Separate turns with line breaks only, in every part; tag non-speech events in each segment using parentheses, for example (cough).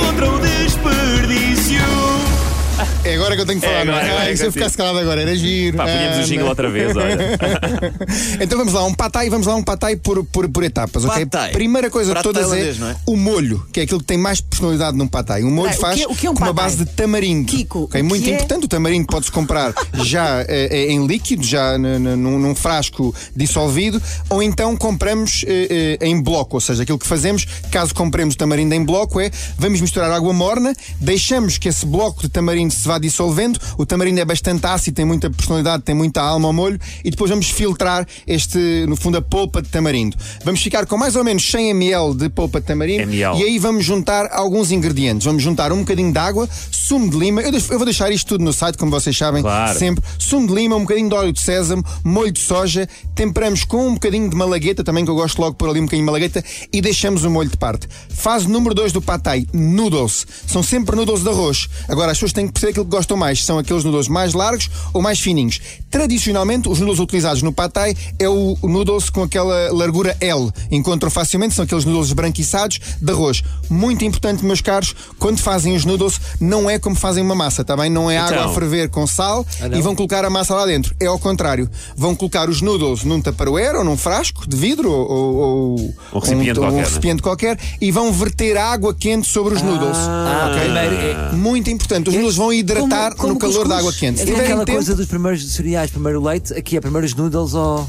contra o desperdício.
É agora que eu tenho que falar,
É agora,
não é?
agora
Ah,
que
se eu
eu
ficasse calado agora, era giro.
Pá,
Ah,
podíamos o jingle
não.
outra vez, olha.
(laughs) Então vamos lá, um patai, vamos lá, um patai por, por, por etapas, ok?
Pad thai.
Primeira coisa de
Prato
todas é,
tailandês, não é?
o molho, que é aquilo que tem mais personalidade num patai. O molho
Peraí, o
faz
que é- o que é um
com uma
pad thai?
base de tamarindo.
Kiko, o
ok?
que
Muito
é?
importante, o tamarindo pode-se comprar já eh, eh, em líquido, já n- n- num, num frasco dissolvido, ou então compramos eh, eh, em bloco, ou seja, aquilo que fazemos, caso compremos o tamarindo em bloco, é vamos misturar água morna, deixamos que esse bloco de tamarindo se vá dissolvendo, o tamarindo é bastante ácido, tem muita personalidade, tem muita alma ao molho, e depois vamos filtrar este, no fundo, a polpa de tamarindo. Vamos ficar com mais ou menos 100 ml de polpa de tamarindo,
ML.
e aí vamos juntar alguns ingredientes. Vamos juntar um bocadinho de água, sumo de lima. Eu, deixo- eu vou deixar isto tudo no site, como vocês sabem,
Claro.
sempre. Sumo de lima, um bocadinho de óleo de sésamo, molho de soja, temperamos com um bocadinho de malagueta, também que eu gosto logo de pôr ali um bocadinho de malagueta, e deixamos o molho de parte. Fase número 2 do patai, noodles. São sempre noodles de arroz. Agora, as pessoas têm que perceber aquilo que gostam mais. se São aqueles noodles mais largos ou mais fininhos. Tradicionalmente, os noodles utilizados no patai é o o noodles com aquela largura L. Encontram facilmente, são aqueles noodles branquiçados de arroz. Muito importante, meus caros, quando fazem os noodles, não é como fazem uma massa, está bem? Não é água a
Então. Ah,
ferver com sal e vão colocar a massa lá dentro. É ao contrário. Vão colocar os noodles num tupperware ou num frasco de vidro ou, ou- ou-
Um recipiente
ou um
qualquer, né?
recipiente qualquer e vão verter água quente sobre os noodles.
Ah,
ok? Muito importante. Os noodles vão hidratar
é- como- como
no calor
cuscuz.
da água quente.
É
Se
como
tiverem
aquela
tempo,
coisa dos primeiros cereais, primeiro o leite, aqui é primeiro os noodles ou.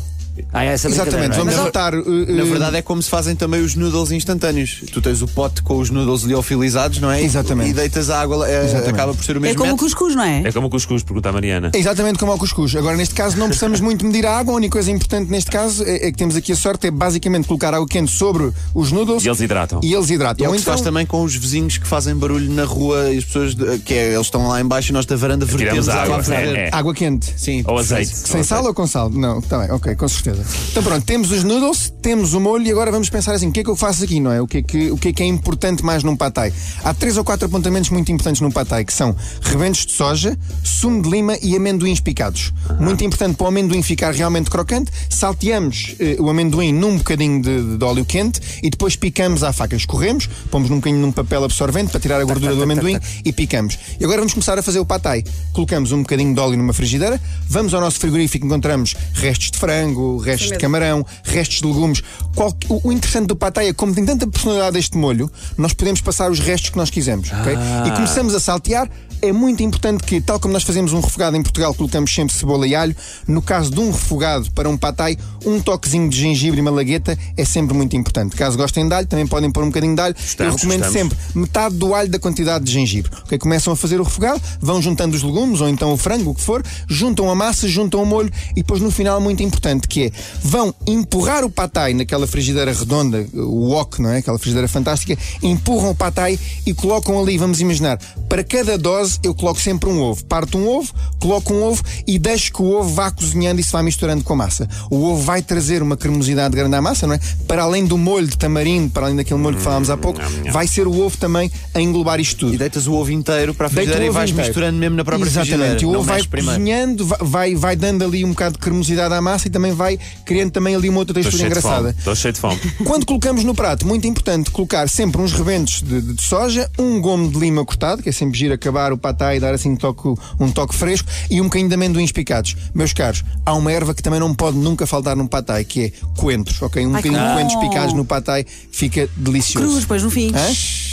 Ah, é essa brincadeira,
exatamente,
não é?
vamos
Mas,
juntar. uh,
Na
uh,
verdade é como se fazem também os noodles instantâneos. Tu tens o pote com os noodles liofilizados, não é? E-
Exatamente.
E deitas a água, eh,
Exatamente.
acaba por ser o
É
mesmo
como o
método.
cuscuz, não é?
É como o cuscuz, pergunta a Mariana.
É Exatamente como ao cuscuz. Agora, neste caso, não
(laughs)
precisamos muito medir a água. A única coisa importante neste caso é, é que temos aqui a sorte é basicamente colocar água quente sobre os noodles.
E eles hidratam.
E eles hidratam.
E é o
Ou então,
que se faz
então.
também com os vizinhos que fazem barulho na rua e as pessoas, de- que é, eles estão lá embaixo e nós da varanda vertemos
Tiramos a água.
a ferver.
É, é.
água quente.
Sim,
Ou azeite.
Sem sal ou com sal? Não, está bem, ok, com certeza. Então pronto, temos os noodles, temos o molho e agora vamos pensar assim, o que é que eu faço aqui, não é? O que é que, o que, é, que é importante mais num patai? Há três ou quatro apontamentos muito importantes num patai, que são rebentos de soja, sumo de lima e amendoins picados. Muito importante para o amendoim ficar realmente crocante, salteamos eh, o amendoim num bocadinho de, de óleo quente e depois picamos à faca, escorremos, pomos num bocadinho num papel absorvente para tirar a gordura do amendoim e picamos. E agora vamos começar a fazer o patai. Colocamos um bocadinho de óleo numa frigideira, vamos ao nosso frigorífico, encontramos restos de frango, restos de camarão, restos de legumes. Qual- o, o interessante do patai é como tem tanta personalidade este molho, nós podemos passar os restos que nós quisermos, ok? E começamos a saltear. É muito importante que, tal como nós fazemos um refogado em Portugal, colocamos sempre cebola e alho, no caso de um refogado para um patai, um toquezinho de gengibre e malagueta é sempre muito importante. Caso gostem de alho, também podem pôr um bocadinho de alho.
Gostamos,
Eu recomendo
gostamos.
sempre metade do alho da quantidade de gengibre. Ok, Começam a fazer o refogado, vão juntando os legumes ou então o frango, o que for, juntam a massa, juntam o molho e depois no final, muito importante, que é vão empurrar o patai naquela frigideira redonda, o wok, não é? Aquela frigideira fantástica, é empurram o patai e colocam ali, vamos imaginar, para cada dose eu coloco sempre um ovo. Parto um ovo, coloco um ovo e deixo que o ovo vá cozinhando e se vá misturando com a massa. O ovo vai trazer uma cremosidade grande à massa, não é? Para além do molho de tamarindo, para além daquele molho que falámos há pouco, vai ser o ovo também a englobar isto tudo.
E deitas o ovo inteiro para a
Deita
frigideira
o
e
ovo
vais
inteiro.
misturando mesmo na própria frigideira.
Exatamente. O
Não
ovo vai
mexes primeiro.
cozinhando, va- vai, vai dando ali um bocado de cremosidade à massa e também vai criando também ali uma outra
Estou
textura
cheio de fome.
engraçada.
Estou cheio de fome.
Quando colocamos no prato, muito importante colocar sempre uns rebentos de, de- de soja, um gomo de lima cortado, que é sempre giro acabar o patá e dar assim um toque, um toque fresco, e um bocadinho de amendoins picados. Meus caros, há uma erva que também não pode nunca faltar num patai, que é coentros, ok? Um
Ai, que
bocadinho de
bom.
coentros picados no patai fica delicioso.
Cruz, pois no fim.
Hã?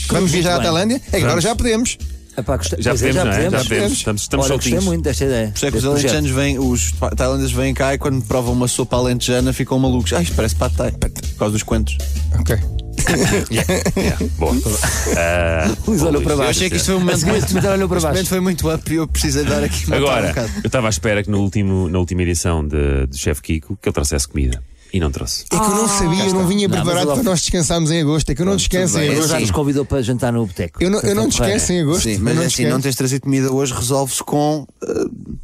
Vamos viajar à
bem.
Tailândia? É que agora já podemos.
Epá, gosta-
Já
pois é,
podemos, não é? Já podemos. Estamos, estamos
Olha, gostei
soltinhos.
muito desta ideia.
Por isso é que os
deste projeto.
alentejanos vêm, os pa- tailandeses vêm cá e quando provam uma sopa alentejana ficam malucos. Ah, isto parece pad thai. Por causa dos quantos.
Ok.
Boa. (laughs) Ah,
Luís olhou para
Eu
baixo.
achei que isto foi um momento.
Luís, tu me olhou para
(laughs) Este
baixo.
momento foi muito up e eu precisei dar aqui uma um
Agora,
bocado.
eu estava à espera que no último, na última edição de, de Chefe Kiko que ele trouxesse comida. E não trouxe.
É que eu não sabia, eu não vinha
Não, mas
preparado
logo-
para nós descansarmos em agosto. É que eu não descanso em
bem,
Ele já
agosto.
nos convidou para jantar no boteco.
Eu não, eu não
Portanto, é, vai.
descanso em agosto.
Sim,
eu
mas
não
assim,
descanso.
não tens trazido comida hoje, resolve-se com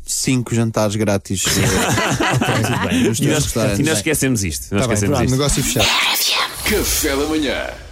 5 jantares grátis. eh,
(laughs) E nós, e nós
Bem,
esquecemos isto. Nós
Tá bem,
esquecemos
pronto,
isto.
negócio fechado.
Café da manhã.